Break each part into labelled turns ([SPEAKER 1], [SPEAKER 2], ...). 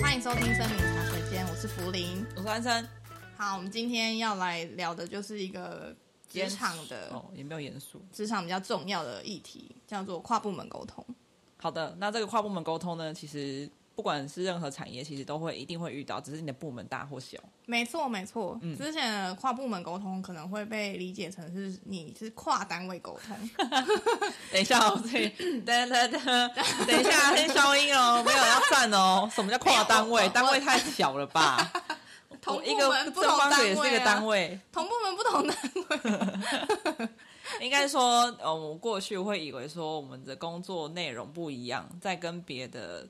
[SPEAKER 1] 欢迎收听森林茶水间，我是福林。
[SPEAKER 2] 我是安生，
[SPEAKER 1] 好，我们今天要来聊的就是一个职场的
[SPEAKER 2] 哦，也没有严肃。
[SPEAKER 1] 职场比较重要的议题，叫做跨部门沟通。
[SPEAKER 2] 好的，那这个跨部门沟通呢，其实不管是任何产业，其实都会一定会遇到，只是你的部门大 或小。
[SPEAKER 1] 没错，没错。
[SPEAKER 2] 嗯
[SPEAKER 1] 之前的跨部门沟通可能会被理解成是你是跨单位沟 通，
[SPEAKER 2] 等一下、哦，这 里等等等，等一下，先消音哦，没有要站哦。什么叫跨单
[SPEAKER 1] 没有
[SPEAKER 2] 位？
[SPEAKER 1] 我
[SPEAKER 2] 单位太小了 吧？
[SPEAKER 1] 同
[SPEAKER 2] 一
[SPEAKER 1] 部
[SPEAKER 2] 个
[SPEAKER 1] 门不同
[SPEAKER 2] 正方
[SPEAKER 1] 单
[SPEAKER 2] 体
[SPEAKER 1] 位、
[SPEAKER 2] 也
[SPEAKER 1] 啊，
[SPEAKER 2] 是一个单位，
[SPEAKER 1] 同部门不同 单
[SPEAKER 2] 应该说，呃，我们过去会以为说我们的工作内容不一样，在跟别的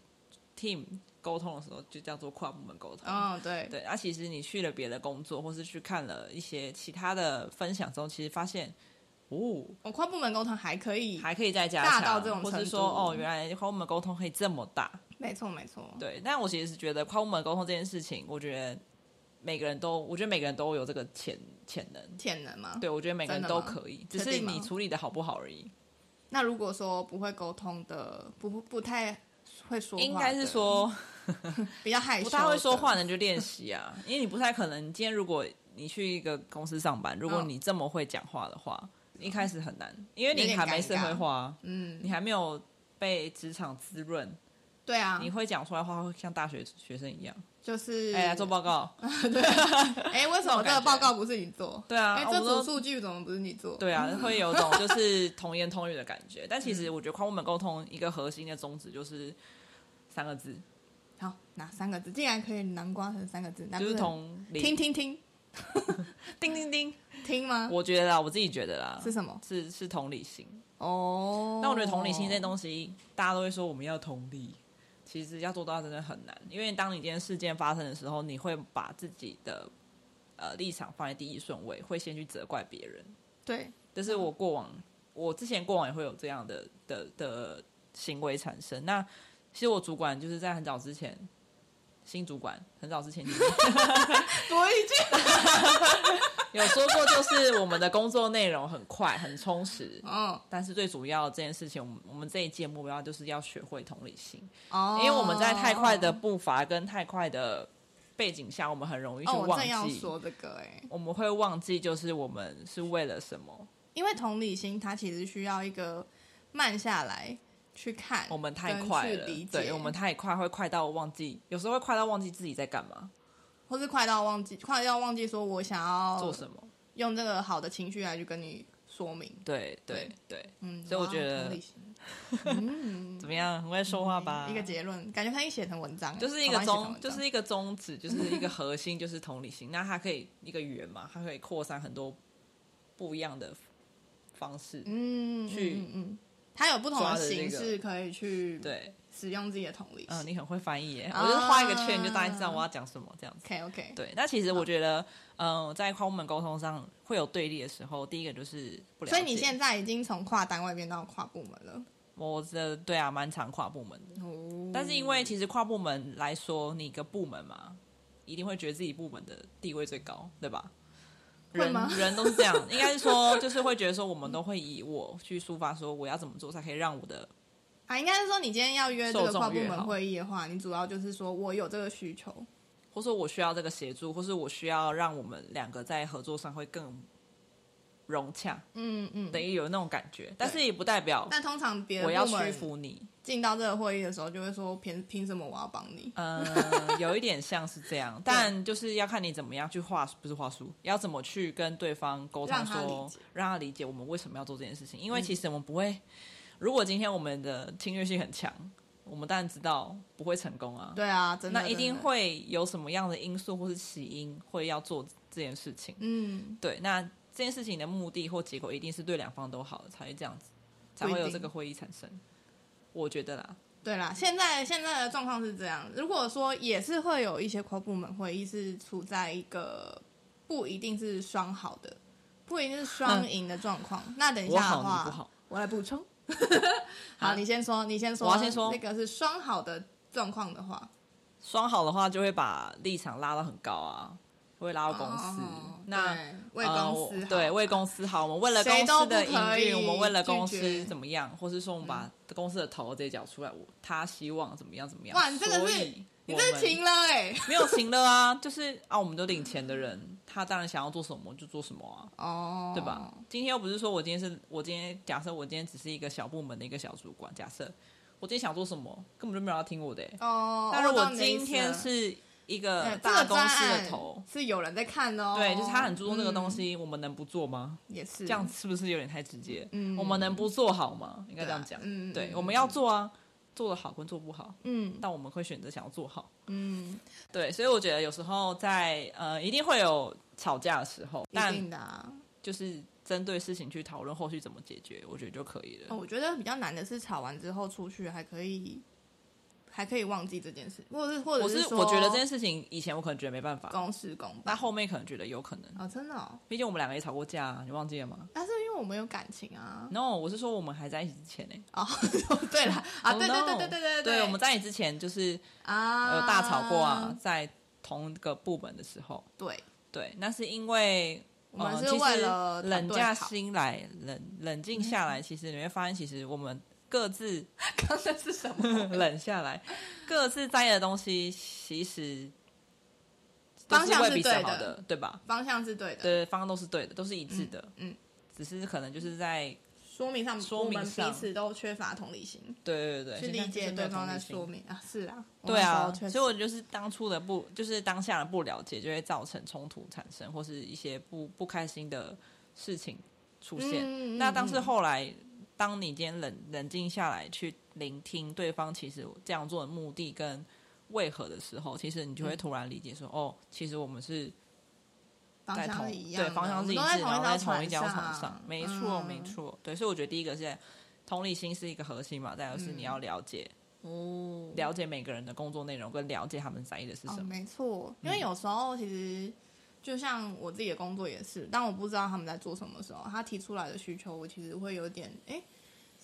[SPEAKER 2] team 沟通的时候，就叫做跨部门沟通。
[SPEAKER 1] 嗯，对，
[SPEAKER 2] 对，那、啊其实你去了别的工作，或是去看了一些其他的分享之后，其实发现，哦，
[SPEAKER 1] 我跨部门沟通还可以，
[SPEAKER 2] 还可以再加
[SPEAKER 1] 大
[SPEAKER 2] 强，
[SPEAKER 1] 到这种
[SPEAKER 2] 或
[SPEAKER 1] 程
[SPEAKER 2] 是
[SPEAKER 1] 度
[SPEAKER 2] 说，哦，原来跨部门沟通可以这么大。
[SPEAKER 1] 没错，没错，
[SPEAKER 2] 对，但我其实是觉得跨部门沟通这件事情，我觉得每个人都，我觉得每个人都有这个潜潜能。
[SPEAKER 1] 潜能嘛。
[SPEAKER 2] 对，我觉得每个人
[SPEAKER 1] 真的
[SPEAKER 2] 都
[SPEAKER 1] 吗
[SPEAKER 2] 可以，只
[SPEAKER 1] 确
[SPEAKER 2] 是
[SPEAKER 1] 定吗
[SPEAKER 2] 你处理的好不好而已。
[SPEAKER 1] 那如果说不会沟通的，不不太会说话，
[SPEAKER 2] 应该是。说
[SPEAKER 1] 比较害羞，
[SPEAKER 2] 不太会说话。的人就练习啊，因为你不太可能。你今天如果你去一个公司上班，如果
[SPEAKER 1] 嗯
[SPEAKER 2] 你这么会讲话的话，一开始很难，因为
[SPEAKER 1] 有
[SPEAKER 2] 你
[SPEAKER 1] 点
[SPEAKER 2] 还没
[SPEAKER 1] 尴
[SPEAKER 2] 社会
[SPEAKER 1] 尬
[SPEAKER 2] 化啊，
[SPEAKER 1] 嗯，
[SPEAKER 2] 你还没有被职场滋润，
[SPEAKER 1] 对啊，
[SPEAKER 2] 你会讲出来的话会像大学学生一样，
[SPEAKER 1] 就是
[SPEAKER 2] 哎呀，做报告，
[SPEAKER 1] 哎，为什么这个报告不是你做？
[SPEAKER 2] 对啊，
[SPEAKER 1] 哎，
[SPEAKER 2] 我
[SPEAKER 1] 这
[SPEAKER 2] 们
[SPEAKER 1] 组
[SPEAKER 2] 都
[SPEAKER 1] 数据怎么不是你做？
[SPEAKER 2] 对啊，会有种就是童言童语的感觉。但其实
[SPEAKER 1] 嗯
[SPEAKER 2] 我觉得跨部门沟通一个核心的宗旨就是三个字，
[SPEAKER 1] 好，哪三个字？竟然可以南瓜成三个字，那
[SPEAKER 2] 就是同理
[SPEAKER 1] 啊听听听
[SPEAKER 2] 叮叮叮。
[SPEAKER 1] 听吗？
[SPEAKER 2] 我觉得啦，我自己觉得啦
[SPEAKER 1] 是，什么？
[SPEAKER 2] 是是同理心。
[SPEAKER 1] 哦，
[SPEAKER 2] 但我觉得同理心这东西，大家都会说我们要同理，其实要做到真的很难，因为当你今天事件发生的时候，你会把自己的呃立场放在第一顺位，会先去责怪别人。
[SPEAKER 1] 对，
[SPEAKER 2] 这是我过往，我之前过往也会有这样的的的行为产生。那其实我主管就是在很早之前，新主管很早之前就
[SPEAKER 1] 我已经
[SPEAKER 2] 有说过，就是我们的工作内容很快 很充实，
[SPEAKER 1] 嗯
[SPEAKER 2] 但是最主要这件事情，我们我们这一届目标就是要学会同理心，
[SPEAKER 1] 哦，
[SPEAKER 2] 因为我们在太快的步伐跟太快的背景下，我们很容易去
[SPEAKER 1] 哦，我
[SPEAKER 2] 忘
[SPEAKER 1] 正要
[SPEAKER 2] 记，
[SPEAKER 1] 说这个哎，
[SPEAKER 2] 我们会忘记就是我们是为了什么，
[SPEAKER 1] 因为同理心它其实需要一个慢下来去看，
[SPEAKER 2] 我们太快
[SPEAKER 1] 跟
[SPEAKER 2] 了
[SPEAKER 1] 去理，解
[SPEAKER 2] 对我们太快会快到忘记，有时候会快到忘记自己在干嘛、
[SPEAKER 1] 或是快到忘记，快到忘记说我想要
[SPEAKER 2] 做什么，
[SPEAKER 1] 用这个好的情绪来去跟你说明。
[SPEAKER 2] 对对对，
[SPEAKER 1] 嗯，
[SPEAKER 2] 所以我
[SPEAKER 1] 哇
[SPEAKER 2] 觉得
[SPEAKER 1] 同理心嗯，
[SPEAKER 2] 怎么样，很会说话吧？
[SPEAKER 1] 一个结论，感觉可以写成文章欸，
[SPEAKER 2] 就是一个
[SPEAKER 1] 好吧
[SPEAKER 2] 宗，就是一个宗旨，就是一个核心，就是同理心。那它可以一个圆嘛，它可以扩散很多不一样的方式。
[SPEAKER 1] 嗯，
[SPEAKER 2] 去
[SPEAKER 1] 嗯嗯嗯，它有不同
[SPEAKER 2] 抓
[SPEAKER 1] 的
[SPEAKER 2] 着这
[SPEAKER 1] 形
[SPEAKER 2] 个
[SPEAKER 1] 式可以去
[SPEAKER 2] 对，
[SPEAKER 1] 使用自己的同理
[SPEAKER 2] 嗯、
[SPEAKER 1] 心。
[SPEAKER 2] 你很会翻译耶，
[SPEAKER 1] 啊
[SPEAKER 2] 我就是画一个圈，你就大概知道我要讲什么这样子。
[SPEAKER 1] OK OK，
[SPEAKER 2] 对，那其实我觉得，嗯、在跨部门沟通上会有对立的时候，第一个就是不了解。
[SPEAKER 1] 所以你现在已经从跨单位变到跨部门了。
[SPEAKER 2] 我的对啊，蛮常跨部门的，
[SPEAKER 1] 哦，
[SPEAKER 2] 但是因为其实跨部门来说，你一个部门嘛，一定会觉得自己部门的地位最高，对吧？
[SPEAKER 1] 会
[SPEAKER 2] 人
[SPEAKER 1] 吗
[SPEAKER 2] 人都是这样， 应该是说，就是会觉得说，我们都会以我去抒发，说我要怎么做才可以让我的
[SPEAKER 1] 啊，应该是说你今天要约这
[SPEAKER 2] 受
[SPEAKER 1] 个
[SPEAKER 2] 众
[SPEAKER 1] 跨部
[SPEAKER 2] 越
[SPEAKER 1] 门
[SPEAKER 2] 好
[SPEAKER 1] 会议的话，你主要就是说我有这个需求，
[SPEAKER 2] 或是我需要这个协助，或是我需要让我们两个在合作上会更融洽，
[SPEAKER 1] 嗯嗯，
[SPEAKER 2] 等于有那种感觉，但是也不代表
[SPEAKER 1] 但通常别的
[SPEAKER 2] 我要
[SPEAKER 1] 部
[SPEAKER 2] 屈
[SPEAKER 1] 门
[SPEAKER 2] 服你。
[SPEAKER 1] 进到这个会议的时候，就会说凭凭什么我要帮你？
[SPEAKER 2] 嗯，有一点像是这样，但就是要看你怎么样去话，不是话术，要怎么去跟对方沟通
[SPEAKER 1] 让他
[SPEAKER 2] 说，
[SPEAKER 1] 理
[SPEAKER 2] 让
[SPEAKER 1] 解嗯
[SPEAKER 2] 他理解我们为什么要做这件事情。因为其实我们不会，如果今天我们的侵略性很强，我们当然知道不会成功啊。
[SPEAKER 1] 对啊，真的，
[SPEAKER 2] 那一定
[SPEAKER 1] 真的，
[SPEAKER 2] 会有什么样的因素或是起因会要做这件事情？
[SPEAKER 1] 嗯，
[SPEAKER 2] 对，那这件事情的目的或结果一定是对两方都好的，才会这样子，才
[SPEAKER 1] 不一
[SPEAKER 2] 会有
[SPEAKER 1] 定
[SPEAKER 2] 这个会议产生。我觉得啦，
[SPEAKER 1] 对啦，现在现在的状况是这样，如果说也是会有一些跨部门会议是处在一个不一定是双好的，不一定是双赢的状况，那等一
[SPEAKER 2] 嗯我
[SPEAKER 1] 下的
[SPEAKER 2] 好
[SPEAKER 1] 话，
[SPEAKER 2] 你不好，
[SPEAKER 1] 我来补充。 好，
[SPEAKER 2] 好
[SPEAKER 1] 你先说，你先说，
[SPEAKER 2] 我要先说
[SPEAKER 1] 那个是双好的状况的话，
[SPEAKER 2] 双好的话就会把立场拉到很高啊，会拉到公司。
[SPEAKER 1] 哦
[SPEAKER 2] 那
[SPEAKER 1] 对为公司好
[SPEAKER 2] 呃我对为公司好，我们为了
[SPEAKER 1] 谁
[SPEAKER 2] 公
[SPEAKER 1] 都
[SPEAKER 2] 司
[SPEAKER 1] 不
[SPEAKER 2] 的
[SPEAKER 1] 可
[SPEAKER 2] 营
[SPEAKER 1] 以
[SPEAKER 2] 运，我们为了
[SPEAKER 1] 拒
[SPEAKER 2] 公
[SPEAKER 1] 绝
[SPEAKER 2] 司怎么样，或是说我们把公司的头直接讲出来，我他希望怎么样怎么样。
[SPEAKER 1] 哇你这个
[SPEAKER 2] 所
[SPEAKER 1] 是
[SPEAKER 2] 以
[SPEAKER 1] 你这是情了哎、
[SPEAKER 2] 没有情了啊，就是啊，我们都领钱的人，他当然想要做什么就做什么啊。
[SPEAKER 1] 哦，
[SPEAKER 2] 对吧？？今天又不是说我今天是我今天假设我今天只是一个小部门的一个小主管，假设我今天想做什么，根本就没有人要听我的、欸。
[SPEAKER 1] 哦，
[SPEAKER 2] 但是
[SPEAKER 1] 我
[SPEAKER 2] 我
[SPEAKER 1] 懂你的意
[SPEAKER 2] 今
[SPEAKER 1] 思
[SPEAKER 2] 天
[SPEAKER 1] 了
[SPEAKER 2] 是一
[SPEAKER 1] 哎
[SPEAKER 2] 个
[SPEAKER 1] 这
[SPEAKER 2] 大
[SPEAKER 1] 个
[SPEAKER 2] 公
[SPEAKER 1] 专
[SPEAKER 2] 司的
[SPEAKER 1] 案
[SPEAKER 2] 头，
[SPEAKER 1] 是有人在看的哦，
[SPEAKER 2] 对，就是他很注重这个东
[SPEAKER 1] 嗯，
[SPEAKER 2] 西，我们能不做吗？
[SPEAKER 1] 也是
[SPEAKER 2] 这样是不是有点太直接？
[SPEAKER 1] 嗯
[SPEAKER 2] 我们能不做好吗？应该
[SPEAKER 1] 对
[SPEAKER 2] 这样
[SPEAKER 1] 啊
[SPEAKER 2] 讲。
[SPEAKER 1] 嗯嗯
[SPEAKER 2] 对，
[SPEAKER 1] 嗯
[SPEAKER 2] 我们要做啊，做的好跟做不好，
[SPEAKER 1] 嗯
[SPEAKER 2] 但我们会选择想要做好。
[SPEAKER 1] 嗯，
[SPEAKER 2] 对，所以我觉得有时候在呃，一定会有吵架的时候，
[SPEAKER 1] 一
[SPEAKER 2] 但
[SPEAKER 1] 定的啊。
[SPEAKER 2] 就是针对事情去讨论后续怎么解决，我觉得就可以了。
[SPEAKER 1] 哦，我觉得比较难的是吵完之后出去还可以，还可以忘记这件事，或者是或者
[SPEAKER 2] 我是
[SPEAKER 1] 说哦
[SPEAKER 2] 我觉得这件事啊情以前我可能觉得没办法，
[SPEAKER 1] 公事公
[SPEAKER 2] 那
[SPEAKER 1] 办。
[SPEAKER 2] 后面可能觉得有可能，
[SPEAKER 1] 哦，真的哦，
[SPEAKER 2] 毕竟我们两个也吵过架、啊，你忘记了吗
[SPEAKER 1] 但是因为我们有感情啊。
[SPEAKER 2] ？No，我是说我们还在一起之前呢、欸
[SPEAKER 1] 哦， 对了啊，
[SPEAKER 2] Oh
[SPEAKER 1] 对对
[SPEAKER 2] no
[SPEAKER 1] 对对对对
[SPEAKER 2] 对，我们在一起之前就是
[SPEAKER 1] 啊
[SPEAKER 2] 有大吵过啊，，在同一个部门的时候，
[SPEAKER 1] 对，
[SPEAKER 2] 对，那是因为
[SPEAKER 1] 我们
[SPEAKER 2] 呃
[SPEAKER 1] 是
[SPEAKER 2] 其实
[SPEAKER 1] 为了团
[SPEAKER 2] 冷
[SPEAKER 1] 队
[SPEAKER 2] 下
[SPEAKER 1] 好
[SPEAKER 2] 心来，冷冷静下来，其实你会发现，其实我们各自
[SPEAKER 1] 刚才是什么
[SPEAKER 2] 冷下来，各自在意的东西其实都
[SPEAKER 1] 方向
[SPEAKER 2] 为
[SPEAKER 1] 是
[SPEAKER 2] 彼此
[SPEAKER 1] 对
[SPEAKER 2] 好
[SPEAKER 1] 的
[SPEAKER 2] 的，对吧？
[SPEAKER 1] 方向是对的？
[SPEAKER 2] 对，方向都是对的，都是一致的，
[SPEAKER 1] 嗯，
[SPEAKER 2] 只是可能就是在
[SPEAKER 1] 说明上
[SPEAKER 2] 说明
[SPEAKER 1] 我们
[SPEAKER 2] 上
[SPEAKER 1] 彼此都缺乏同理心，
[SPEAKER 2] 对对对
[SPEAKER 1] 去
[SPEAKER 2] 对，
[SPEAKER 1] 理
[SPEAKER 2] 现在就
[SPEAKER 1] 解
[SPEAKER 2] 是没有
[SPEAKER 1] 对方
[SPEAKER 2] 同
[SPEAKER 1] 在
[SPEAKER 2] 理心
[SPEAKER 1] 说明啊，是啊，
[SPEAKER 2] 对
[SPEAKER 1] 我
[SPEAKER 2] 啊
[SPEAKER 1] 那时候，确
[SPEAKER 2] 所以
[SPEAKER 1] 实
[SPEAKER 2] 我就是当初的不，就是当下的不了解，就会造成冲突产生，或是一些不不开心的事情出现。
[SPEAKER 1] 嗯嗯
[SPEAKER 2] 那当
[SPEAKER 1] 嗯
[SPEAKER 2] 是后来，当你今天冷冷静下来，去聆听对方其实这样做的目的跟为何的时候，其实你
[SPEAKER 1] 嗯
[SPEAKER 2] 就会突然理解说，哦，其实我们是
[SPEAKER 1] 方
[SPEAKER 2] 在
[SPEAKER 1] 向
[SPEAKER 2] 同
[SPEAKER 1] 是一样的，
[SPEAKER 2] 对方向是一
[SPEAKER 1] 我
[SPEAKER 2] 致，
[SPEAKER 1] 们
[SPEAKER 2] 然
[SPEAKER 1] 都
[SPEAKER 2] 后
[SPEAKER 1] 在
[SPEAKER 2] 在
[SPEAKER 1] 同
[SPEAKER 2] 同一
[SPEAKER 1] 条
[SPEAKER 2] 条
[SPEAKER 1] 船嗯
[SPEAKER 2] 船上，没错没。错。对，所以我觉得第一个是在同理心是一个核心嘛，再来是
[SPEAKER 1] 嗯
[SPEAKER 2] 你要了解。
[SPEAKER 1] 哦，
[SPEAKER 2] 了解每个人的工作内容，跟了解他们在意的是什
[SPEAKER 1] 哦，
[SPEAKER 2] 么。嗯
[SPEAKER 1] 没错，因为有时候其实就像我自己的工作也是，当我不知道他们在做什么的时候，他提出来的需求，我其实会有点哎。诶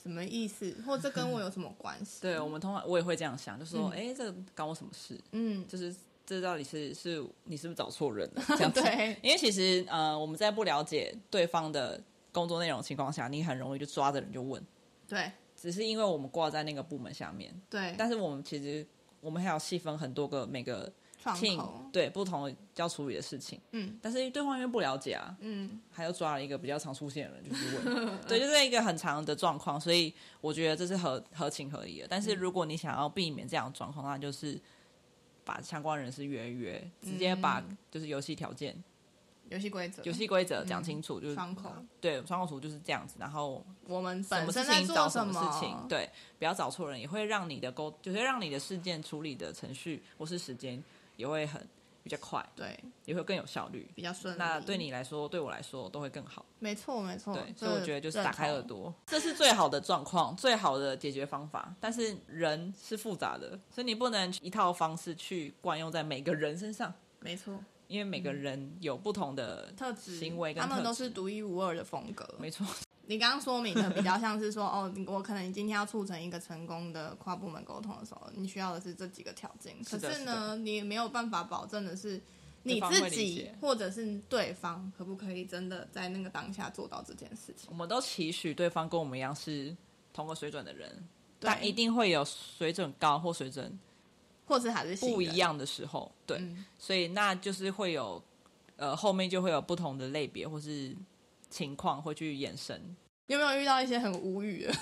[SPEAKER 1] 什么意思？或这跟我有什么关系？
[SPEAKER 2] 对，我们通常我也会这样想，就
[SPEAKER 1] 嗯
[SPEAKER 2] 说，哎、这个关我什么事？
[SPEAKER 1] 嗯，
[SPEAKER 2] 就是这到底是是你是不是找错人 了？这样子，
[SPEAKER 1] 对
[SPEAKER 2] 因为其实呃，我们在不了解对方的工作内容的情况下，你很容易就抓着人就问，
[SPEAKER 1] 对
[SPEAKER 2] 只是因为我们挂在那个部门下面，
[SPEAKER 1] 对，
[SPEAKER 2] 但是我们其实我们还有细分很多个每个
[SPEAKER 1] 创
[SPEAKER 2] team
[SPEAKER 1] 口，
[SPEAKER 2] 对不同要处理的事情，
[SPEAKER 1] 嗯
[SPEAKER 2] 但是对方因为不了解啊，
[SPEAKER 1] 嗯，
[SPEAKER 2] 他又抓了一个比较常出现的人，就是问， 对，就是一个很长的状况，所以我觉得这是合合情合理的。但是如果你想要避免这样的状况，那就是把相关人士约一约，直接把
[SPEAKER 1] 嗯
[SPEAKER 2] 就是游戏条件、
[SPEAKER 1] 游戏规则，
[SPEAKER 2] 游戏规则讲清楚，就是
[SPEAKER 1] 窗嗯口
[SPEAKER 2] 对窗口图就是这样子，然后
[SPEAKER 1] 我们
[SPEAKER 2] 什
[SPEAKER 1] 本
[SPEAKER 2] 么
[SPEAKER 1] 身
[SPEAKER 2] 事
[SPEAKER 1] 在
[SPEAKER 2] 情
[SPEAKER 1] 做
[SPEAKER 2] 找
[SPEAKER 1] 什
[SPEAKER 2] 什么事情，
[SPEAKER 1] 对，
[SPEAKER 2] 对，不要找错人，也会让你的沟，就是让你的事件处理的程序或是时间也会很比较快，也会更有效率。
[SPEAKER 1] 比较顺利。
[SPEAKER 2] 那对你来说，对我来说都会更好。
[SPEAKER 1] 没错没错，
[SPEAKER 2] 对，
[SPEAKER 1] 哦这
[SPEAKER 2] 所以我觉得就是打开
[SPEAKER 1] 认
[SPEAKER 2] 耳
[SPEAKER 1] 同。
[SPEAKER 2] 朵，这是最好的状况，最好的解决方法。但是人是复杂的，所以你不能一套方式去惯用在每个人身上，
[SPEAKER 1] 没错，
[SPEAKER 2] 因为每个人有不同的
[SPEAKER 1] 嗯特质
[SPEAKER 2] 行为跟
[SPEAKER 1] 他们
[SPEAKER 2] 特
[SPEAKER 1] 都
[SPEAKER 2] 质
[SPEAKER 1] 是独一无二的风格。
[SPEAKER 2] 没错，
[SPEAKER 1] 你刚刚说明的比较像是说， 哦，你我可能今天要促成一个成功的跨部门沟通的时候，你需要的是这几个条件。可
[SPEAKER 2] 是的
[SPEAKER 1] 是呢，你也没有办法保证的是你
[SPEAKER 2] 对方会
[SPEAKER 1] 自
[SPEAKER 2] 理
[SPEAKER 1] 己
[SPEAKER 2] 解
[SPEAKER 1] 或者是对方可不可以真的在那个当下做到这件事情。
[SPEAKER 2] 我们都期许对方跟我们一样是同个水准的人，但一
[SPEAKER 1] 对，
[SPEAKER 2] 定会有水准高或水准
[SPEAKER 1] 或是还是信任
[SPEAKER 2] 不一。样的时候，对，
[SPEAKER 1] 嗯
[SPEAKER 2] 所以那就是会有呃后面就会有不同的类别或是情况会去衍生，
[SPEAKER 1] 你有没有遇到一些很无语的？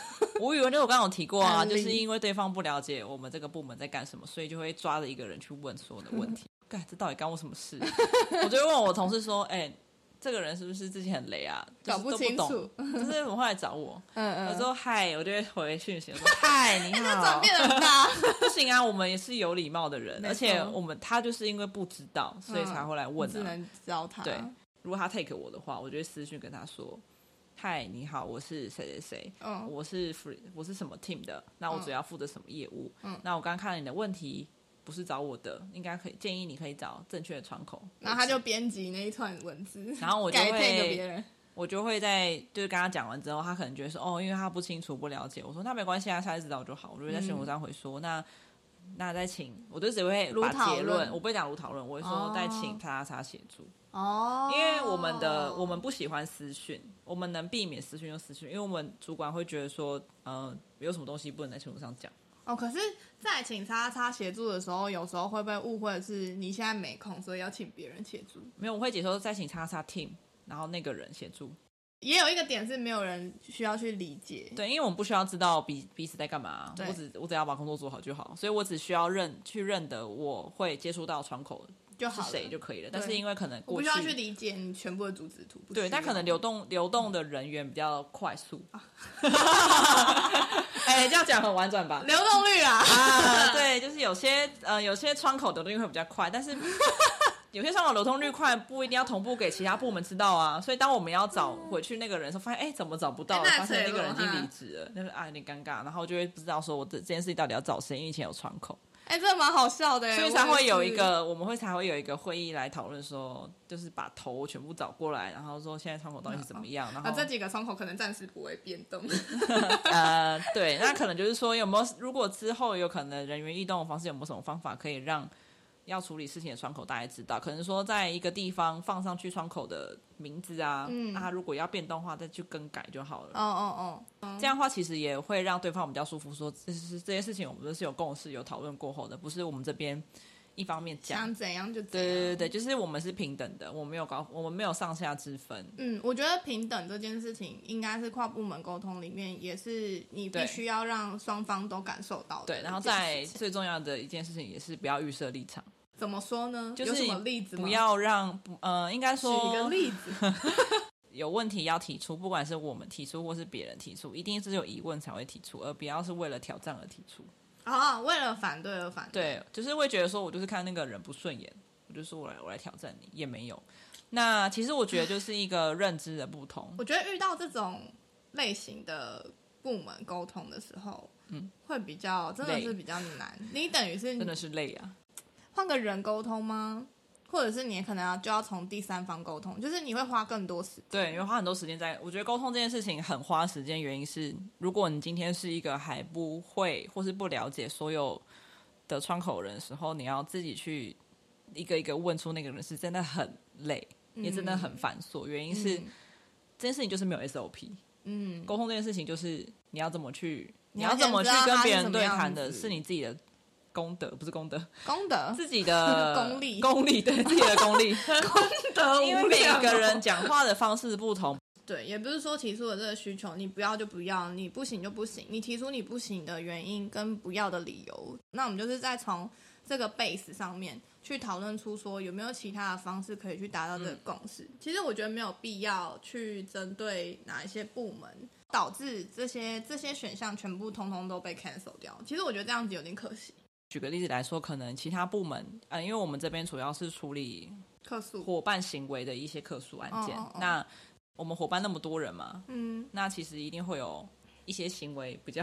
[SPEAKER 2] 无语文就我刚刚有提过啊，
[SPEAKER 1] 案例
[SPEAKER 2] 就是因为对方不了解我们这个部门在干什么，所以就会抓着一个人去问所有的问题。 干，这到底干我什么事？ 我就会问我同事说：“哎、这个人是不是之前很雷啊？就
[SPEAKER 1] 搞
[SPEAKER 2] 是、都
[SPEAKER 1] 清
[SPEAKER 2] 懂
[SPEAKER 1] 楚。
[SPEAKER 2] 就是怎么会来找我？
[SPEAKER 1] 嗯
[SPEAKER 2] 我
[SPEAKER 1] 嗯，
[SPEAKER 2] 说嗨，我就会回讯息我 说嗨，你
[SPEAKER 1] 转
[SPEAKER 2] 好。
[SPEAKER 1] 变很大。
[SPEAKER 2] 不行啊，我们也是有礼貌的人，
[SPEAKER 1] 没错嗯
[SPEAKER 2] 而且我们他就是因为不知道，所以才会来问、
[SPEAKER 1] 只
[SPEAKER 2] 啊。
[SPEAKER 1] 能教他。
[SPEAKER 2] 对如果他 take 我的话，我就会私讯跟他说：嗨，你好，我是谁谁谁，
[SPEAKER 1] 嗯，
[SPEAKER 2] 我是 free，我是什么 team 的，那我主要负责什么业务？
[SPEAKER 1] 嗯
[SPEAKER 2] 那我刚刚看了你的问题，不是找我的，应该可以建议你可以找正确的窗口。
[SPEAKER 1] 然后他就编辑那一串文字，
[SPEAKER 2] 然后我就
[SPEAKER 1] 改配给
[SPEAKER 2] 会
[SPEAKER 1] 别人。
[SPEAKER 2] 我就会在就是跟他讲完之后，他可能觉得说哦，因为他不清楚不了解，我说那没关系啊，下次知道就好。我就会
[SPEAKER 1] 嗯
[SPEAKER 2] 在群组上回说、那。那再请，我就只会
[SPEAKER 1] 如
[SPEAKER 2] 把
[SPEAKER 1] 讨
[SPEAKER 2] 结
[SPEAKER 1] 论
[SPEAKER 2] 论，我不会讲如讨论，我会说
[SPEAKER 1] 哦
[SPEAKER 2] 再请他他协助，
[SPEAKER 1] 哦，
[SPEAKER 2] 因为我们的我们不喜欢私讯，我们能避免私讯就私讯，因为我们主管会觉得说，呃，有什么东西不能在群组上讲，
[SPEAKER 1] 哦，可是，在请叉叉协助的时候，有时候会被误会是你现在没空，所以要请别人协助。
[SPEAKER 2] 没有，我会解说再请叉叉 team，然后那个人协助。
[SPEAKER 1] 也有一个点是没有人需要去理解，
[SPEAKER 2] 对，因为我们不需要知道彼彼此在干嘛，
[SPEAKER 1] 对
[SPEAKER 2] 我只我只要把工作做好就好，所以我只需要认去认得我会接触到窗口
[SPEAKER 1] 就是好了
[SPEAKER 2] 谁就可以了。但是
[SPEAKER 1] 对
[SPEAKER 2] 因为可能
[SPEAKER 1] 我不
[SPEAKER 2] 过
[SPEAKER 1] 需
[SPEAKER 2] 去
[SPEAKER 1] 要去理解你全部的主旨图，不需
[SPEAKER 2] 对，
[SPEAKER 1] 要
[SPEAKER 2] 但可能流动流动的人员比较快速。哎、这样讲很婉转 吧？
[SPEAKER 1] 流动率啊，
[SPEAKER 2] 啊，对，就是有些呃，有些窗口流动率会比较 快，但是有些窗口流通率快不一定要同步给其他部门知道啊。所以当我们要找回去那个人的时候，发现哎、怎么找不到？
[SPEAKER 1] 哎那
[SPEAKER 2] 发现那个人已
[SPEAKER 1] 扯了
[SPEAKER 2] 经
[SPEAKER 1] 哈
[SPEAKER 2] 离职了，就是啊有点尴尬，然后就会不知道说我这这件事情到底要找谁，因为以前有窗口，
[SPEAKER 1] 哎、这蛮好笑的耶，
[SPEAKER 2] 所以才会有
[SPEAKER 1] 我也
[SPEAKER 2] 一
[SPEAKER 1] 是
[SPEAKER 2] 个我们会才会有一个会议来讨论说，就是把头全部找过来，然后说现在窗口到底是怎么样，然后
[SPEAKER 1] 啊，这几个窗口可能暂时不会变 动。哦
[SPEAKER 2] 呃，对，那可能就是说有没有，如果之后有可能人员异动的方式，有没有什么方法可以让要处理事情的窗口大家知道？可能说在一个地方放上去窗口的名字啊，
[SPEAKER 1] 嗯
[SPEAKER 2] 那他如果要变动的话，再去更改就好了。
[SPEAKER 1] 哦哦
[SPEAKER 2] 这样的话，其实也会让对方比较舒服说这是这些事情我们都是有共识、有讨论过后的，不是我们这边一方面
[SPEAKER 1] 哦，
[SPEAKER 2] 讲。
[SPEAKER 1] 想怎样就怎
[SPEAKER 2] 对
[SPEAKER 1] 样。
[SPEAKER 2] 对对对，就是我们是平等的，我们没有高，我们没有上下之分。
[SPEAKER 1] 嗯，我觉得平等这件事情应该是跨部门沟通里面，也是你必
[SPEAKER 2] 对
[SPEAKER 1] 须要让双方都感受到的
[SPEAKER 2] 对，
[SPEAKER 1] 一件事情。
[SPEAKER 2] 然后再最重要的一件事情也是不要预设立场。
[SPEAKER 1] 怎么说呢？
[SPEAKER 2] 就
[SPEAKER 1] 有
[SPEAKER 2] 是
[SPEAKER 1] 什么例子吗？
[SPEAKER 2] 不要让不呃，应该
[SPEAKER 1] 举一个
[SPEAKER 2] 说
[SPEAKER 1] 例子。
[SPEAKER 2] 有问题要提出，不管是我们提出或是别人提出，一定是有疑问才会提出，而不要是为了挑战而提出。
[SPEAKER 1] 啊、为了反对而反对。，
[SPEAKER 2] 对，就是会觉得说我就是看那个人不顺眼，我就说我来我来挑战你，也没有。那其实我觉得就是一个认知的不同
[SPEAKER 1] 我觉得遇到这种类型的部门沟通的时候，嗯，会比较真的
[SPEAKER 2] 累
[SPEAKER 1] 是比较难。你等于是
[SPEAKER 2] 真的是累啊。
[SPEAKER 1] 换个人沟通吗？或者是你可能要就要从第三方沟通，就是你会花更多时间。
[SPEAKER 2] 对，因为花很多时间在，我觉得沟通这件事情很花时间，原因是如果你今天是一个还不会或是不了解所有的窗口人的时候，你要自己去一个一个问出那个人，是真的很累，也真的
[SPEAKER 1] 嗯
[SPEAKER 2] 很繁琐。原因是、这件事情就是没有 SOP，
[SPEAKER 1] 嗯，
[SPEAKER 2] 沟通这件事情就是你要怎么去，
[SPEAKER 1] 你
[SPEAKER 2] 你
[SPEAKER 1] 要
[SPEAKER 2] 要怎么去
[SPEAKER 1] 先知道
[SPEAKER 2] 跟
[SPEAKER 1] 他是
[SPEAKER 2] 别
[SPEAKER 1] 什
[SPEAKER 2] 人
[SPEAKER 1] 么
[SPEAKER 2] 对
[SPEAKER 1] 样
[SPEAKER 2] 谈的，
[SPEAKER 1] 子
[SPEAKER 2] 是你自己的功德，不是 功德，
[SPEAKER 1] 功德
[SPEAKER 2] 自己的
[SPEAKER 1] 功力
[SPEAKER 2] 功力对自己的功力，
[SPEAKER 1] 功哦德
[SPEAKER 2] 因为每个人讲话的方式不同。
[SPEAKER 1] 对，也不是说提出了这个需求，你不要就不要，你不行就不行。你提出你不行的原因跟不要的理由，那我们就是再从这个 base 上面去讨论出说有没有其他的方式可以去达到这个
[SPEAKER 2] 嗯
[SPEAKER 1] 共识。其实我觉得没有必要去针对哪一些部门导致这些这些选项全部通通都被 cancel 掉。其实我觉得这样子有点可惜，
[SPEAKER 2] 举个例子来说，可能其他部门，呃，因为我们这边主要是处理
[SPEAKER 1] 客诉。
[SPEAKER 2] 伙伴行为的一些客诉案件，
[SPEAKER 1] 哦哦哦
[SPEAKER 2] 那我们伙伴那么多人嘛，
[SPEAKER 1] 嗯，
[SPEAKER 2] 那其实一定会有一些行为比较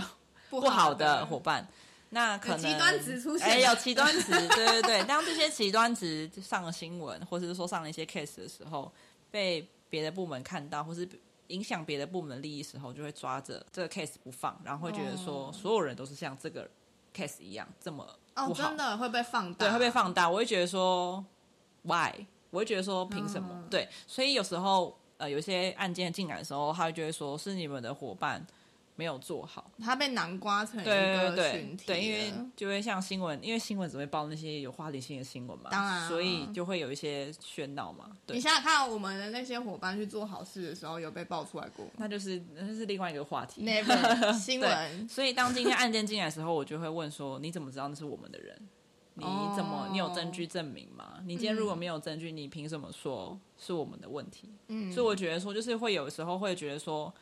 [SPEAKER 1] 不
[SPEAKER 2] 不好的
[SPEAKER 1] 的
[SPEAKER 2] 伙伴，那可能
[SPEAKER 1] 有极端值出现
[SPEAKER 2] 哎，有极端值，对对对。当这些极端值上了新闻，或者是说上了一些 case 的时候，被别的部门看到，或是影响别的部门的利益时候，就会抓着这个 case 不放，然后会觉得说，所有人都是像这个 case 一样这么
[SPEAKER 1] 哦
[SPEAKER 2] 不，好，
[SPEAKER 1] 真的会被放大，
[SPEAKER 2] 对，会被放大。我会觉得说，why？我会觉得说，凭什么？
[SPEAKER 1] 嗯
[SPEAKER 2] 对，所以有时候呃，有些案件进来的时候，他会觉得说是你们的伙伴没有做好。
[SPEAKER 1] 他被南瓜成一
[SPEAKER 2] 对
[SPEAKER 1] 个
[SPEAKER 2] 对
[SPEAKER 1] 群
[SPEAKER 2] 对
[SPEAKER 1] 体了，
[SPEAKER 2] 对，因为就会像新闻，因为新闻只会报那些有话题性的新闻嘛，
[SPEAKER 1] 当然啊
[SPEAKER 2] 所以就会有一些喧闹嘛。
[SPEAKER 1] 你
[SPEAKER 2] 对，
[SPEAKER 1] 想想看，我们的那些伙伴去做好事的时候，有被爆出来过吗
[SPEAKER 2] 那就是那就是另外一个话题。
[SPEAKER 1] ？Never 新
[SPEAKER 2] 对，
[SPEAKER 1] 闻，
[SPEAKER 2] 所以当今天案件进来的时候，我就会问说：你怎么知道那是我们的人？你怎
[SPEAKER 1] 哦
[SPEAKER 2] 么？你有证据证明吗？你今天如果没有证据，你凭什么说是我们的问题？
[SPEAKER 1] 嗯，
[SPEAKER 2] 所以我觉得说，就是会有时候会觉得说，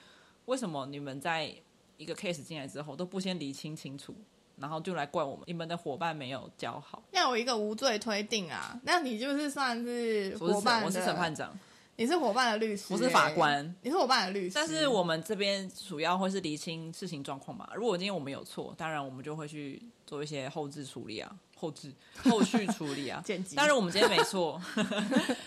[SPEAKER 2] 为什么你们在一个 case 进来之后都不先厘清清楚，然后就来怪我们，你们的伙伴没有教好。
[SPEAKER 1] 要有一个无罪推定啊，那你就是算是
[SPEAKER 2] 我
[SPEAKER 1] 伙
[SPEAKER 2] 是
[SPEAKER 1] 伴
[SPEAKER 2] 审
[SPEAKER 1] 的，
[SPEAKER 2] 我是审判长，
[SPEAKER 1] 你是伙伴的律师、
[SPEAKER 2] 我是法官
[SPEAKER 1] 欸，你是伙伴的律师，。
[SPEAKER 2] 但是我们这边主要会是厘清事情状况嘛。如果今天我们有错，当然我们就会去做一些后置处理啊，后置后续处理啊
[SPEAKER 1] 剪辑，
[SPEAKER 2] 当然我们今天没错，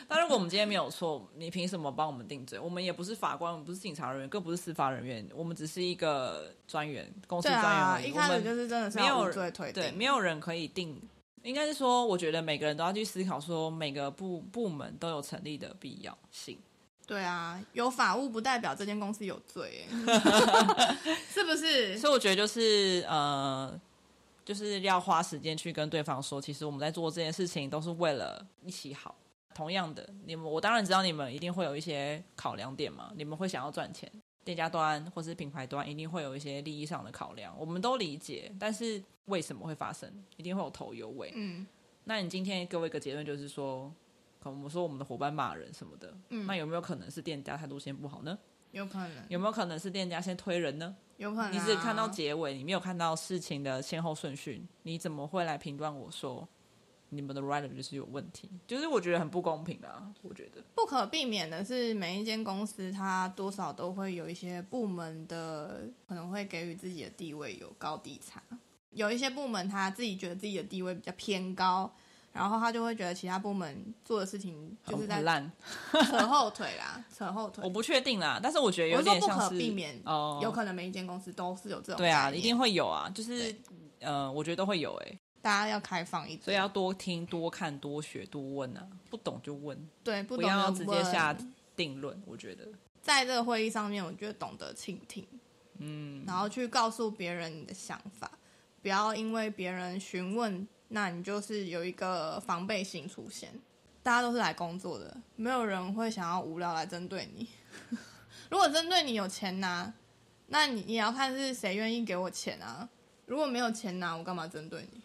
[SPEAKER 2] 但如果我们今天没有错，你凭什么帮我们定罪？我们也不是法官，我们不是警察人员，更不是司法人员，我们只是一个专员，公司
[SPEAKER 1] 对
[SPEAKER 2] 专员
[SPEAKER 1] 啊，
[SPEAKER 2] 而已。
[SPEAKER 1] 一
[SPEAKER 2] 我
[SPEAKER 1] 开始
[SPEAKER 2] 们
[SPEAKER 1] 就是真的是
[SPEAKER 2] 没
[SPEAKER 1] 要
[SPEAKER 2] 有
[SPEAKER 1] 无
[SPEAKER 2] 人
[SPEAKER 1] 罪推定，
[SPEAKER 2] 对，没有人可以定。应该是说，我觉得每个人都要去思考，说每个部部门都有成立的必要性。
[SPEAKER 1] 对啊，有法务不代表这间公司 有罪、欸，是不是？
[SPEAKER 2] 所以我觉得就是呃，就是要花时间去跟对方说，其实我们在做这件事情都是为了一起好。同样的，你们我当然知道你们一定会有一些考量点嘛，你们会想要赚钱，店家端或是品牌端一定会有一些利益上的考量，我们都理解。但是为什么会发生，一定会有头有尾。
[SPEAKER 1] 嗯
[SPEAKER 2] 那你今天给我一个结论，就是说，可能我们说我们的伙伴骂人什么的，
[SPEAKER 1] 嗯，
[SPEAKER 2] 那有没有可能是店家态度先不好呢？
[SPEAKER 1] 有可能，
[SPEAKER 2] 有没有可能是店家先推人呢？
[SPEAKER 1] 有可能啊、
[SPEAKER 2] 你只看到结尾，你没有看到事情的先后顺序，你怎么会来评断我说你们的 writer 就是有问题？就是我觉得很不公平啊！我觉得，
[SPEAKER 1] 不可避免的是，每一间公司它多少都会有一些部门的可能会给予自己的地位有高低差，有一些部门他自己觉得自己的地位比较偏高，然后他就会觉得其他部门做的事情就是
[SPEAKER 2] 很
[SPEAKER 1] 在
[SPEAKER 2] 很烂，
[SPEAKER 1] 扯后腿啦，扯后腿
[SPEAKER 2] 我。不确定啦，但是我觉得有
[SPEAKER 1] 我说
[SPEAKER 2] 点
[SPEAKER 1] 不
[SPEAKER 2] 像
[SPEAKER 1] 可
[SPEAKER 2] 是
[SPEAKER 1] 避免，
[SPEAKER 2] 哦，
[SPEAKER 1] 有可能每一间公司都是有这种
[SPEAKER 2] 对啊，
[SPEAKER 1] 概念
[SPEAKER 2] 一定会有啊，就是
[SPEAKER 1] 对
[SPEAKER 2] 呃，我觉得都会有哎、
[SPEAKER 1] 大家要开放一点，
[SPEAKER 2] 所以要多听、多看、多学、多问啊，不懂就问，
[SPEAKER 1] 对不
[SPEAKER 2] 不
[SPEAKER 1] 懂
[SPEAKER 2] 要
[SPEAKER 1] 的
[SPEAKER 2] 直接
[SPEAKER 1] 问
[SPEAKER 2] 下定论。我觉得，
[SPEAKER 1] 在这个会议上面，我觉得懂得倾听，
[SPEAKER 2] 嗯，
[SPEAKER 1] 然后去告诉别人你的想法，不要因为别人询问，那你就是有一个防备心出现。大家都是来工作的，没有人会想要无聊来针对你。 如果针对你有钱拿，那你也要看是谁愿意给我钱啊。如果没有钱拿，我干嘛针对你？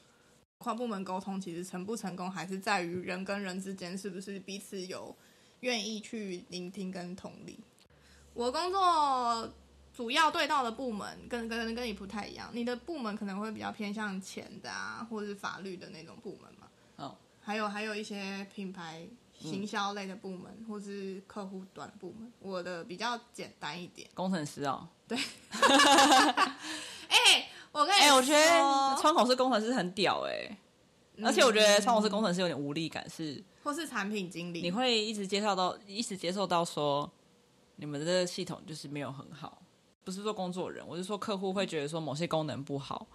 [SPEAKER 1] 跨部门沟通其实成不成功，还是在于人跟人之间是不是彼此有愿意去聆听跟同理。我工作主要对到的部门跟跟跟你不太一样，你的部门可能会比较偏向钱的啊，或者是法律的那种部门嘛。
[SPEAKER 2] 哦，嗯
[SPEAKER 1] 还有还有一些品牌行销类的部门，或是客户端部门。我的比较简单一点。
[SPEAKER 2] 工程师哦，
[SPEAKER 1] 哎、我跟你
[SPEAKER 2] 哎、我觉得
[SPEAKER 1] 说
[SPEAKER 2] 窗口是工程师很屌哎、
[SPEAKER 1] 嗯
[SPEAKER 2] 而且我觉得窗口是工程师有点无力感，是
[SPEAKER 1] 或是产品经理，
[SPEAKER 2] 你会一直接受到，一直接受到说你们的系统就是没有很好，不是说工作人，我是说客户会觉得说某些功能不好，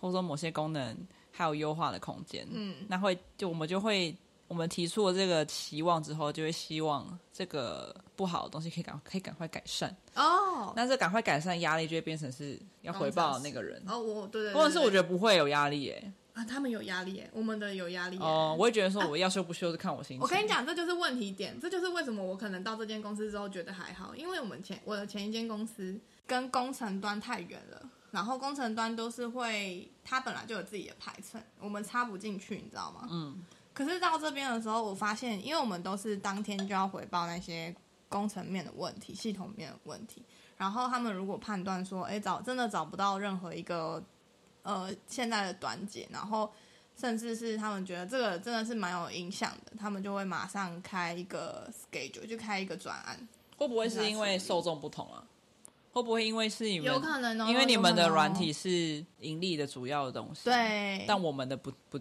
[SPEAKER 2] 或者说某些功能还有优化的空间，
[SPEAKER 1] 嗯
[SPEAKER 2] 那会就我们就会我们提出了这个期望之后，就会希望这个不好的东西可以赶可以赶快改善，
[SPEAKER 1] 哦
[SPEAKER 2] 但是赶快改善压力就会变成是要回报那个人，
[SPEAKER 1] 哦，我对对对
[SPEAKER 2] 或者是我觉
[SPEAKER 1] 得
[SPEAKER 2] 得不会有压力耶、
[SPEAKER 1] 啊，他们有压力耶，我们的有压力耶。
[SPEAKER 2] 哦，我也觉得说我要修不修是看我心情。
[SPEAKER 1] 我跟你，讲，这就是问题点，这就是为什么我可能到这间公司之后觉得还好，因为我们前我的前一间公司跟工程端太远了，然后工程端都是会，它本来就有自己的排程，我们插不进去，你知道吗？
[SPEAKER 2] 嗯，
[SPEAKER 1] 可是到这边的时候，我发现，因为我们都是当天就要回报那些工程面的问题、系统面的问题，然后他们如果判断说，哎，找真的找不到任何一个呃现在的短解，然后甚至是他们觉得这个真的是蛮有影响的，他们就会马上开一个 schedule，就开一个专案，
[SPEAKER 2] 会不会是因为受众不同啊？会不会因为是你们，
[SPEAKER 1] 有可能哦，
[SPEAKER 2] 因为你们
[SPEAKER 1] 有
[SPEAKER 2] 的
[SPEAKER 1] 可能哦
[SPEAKER 2] 软体是盈利的主要的东西？。
[SPEAKER 1] 对，
[SPEAKER 2] 但我们的不不，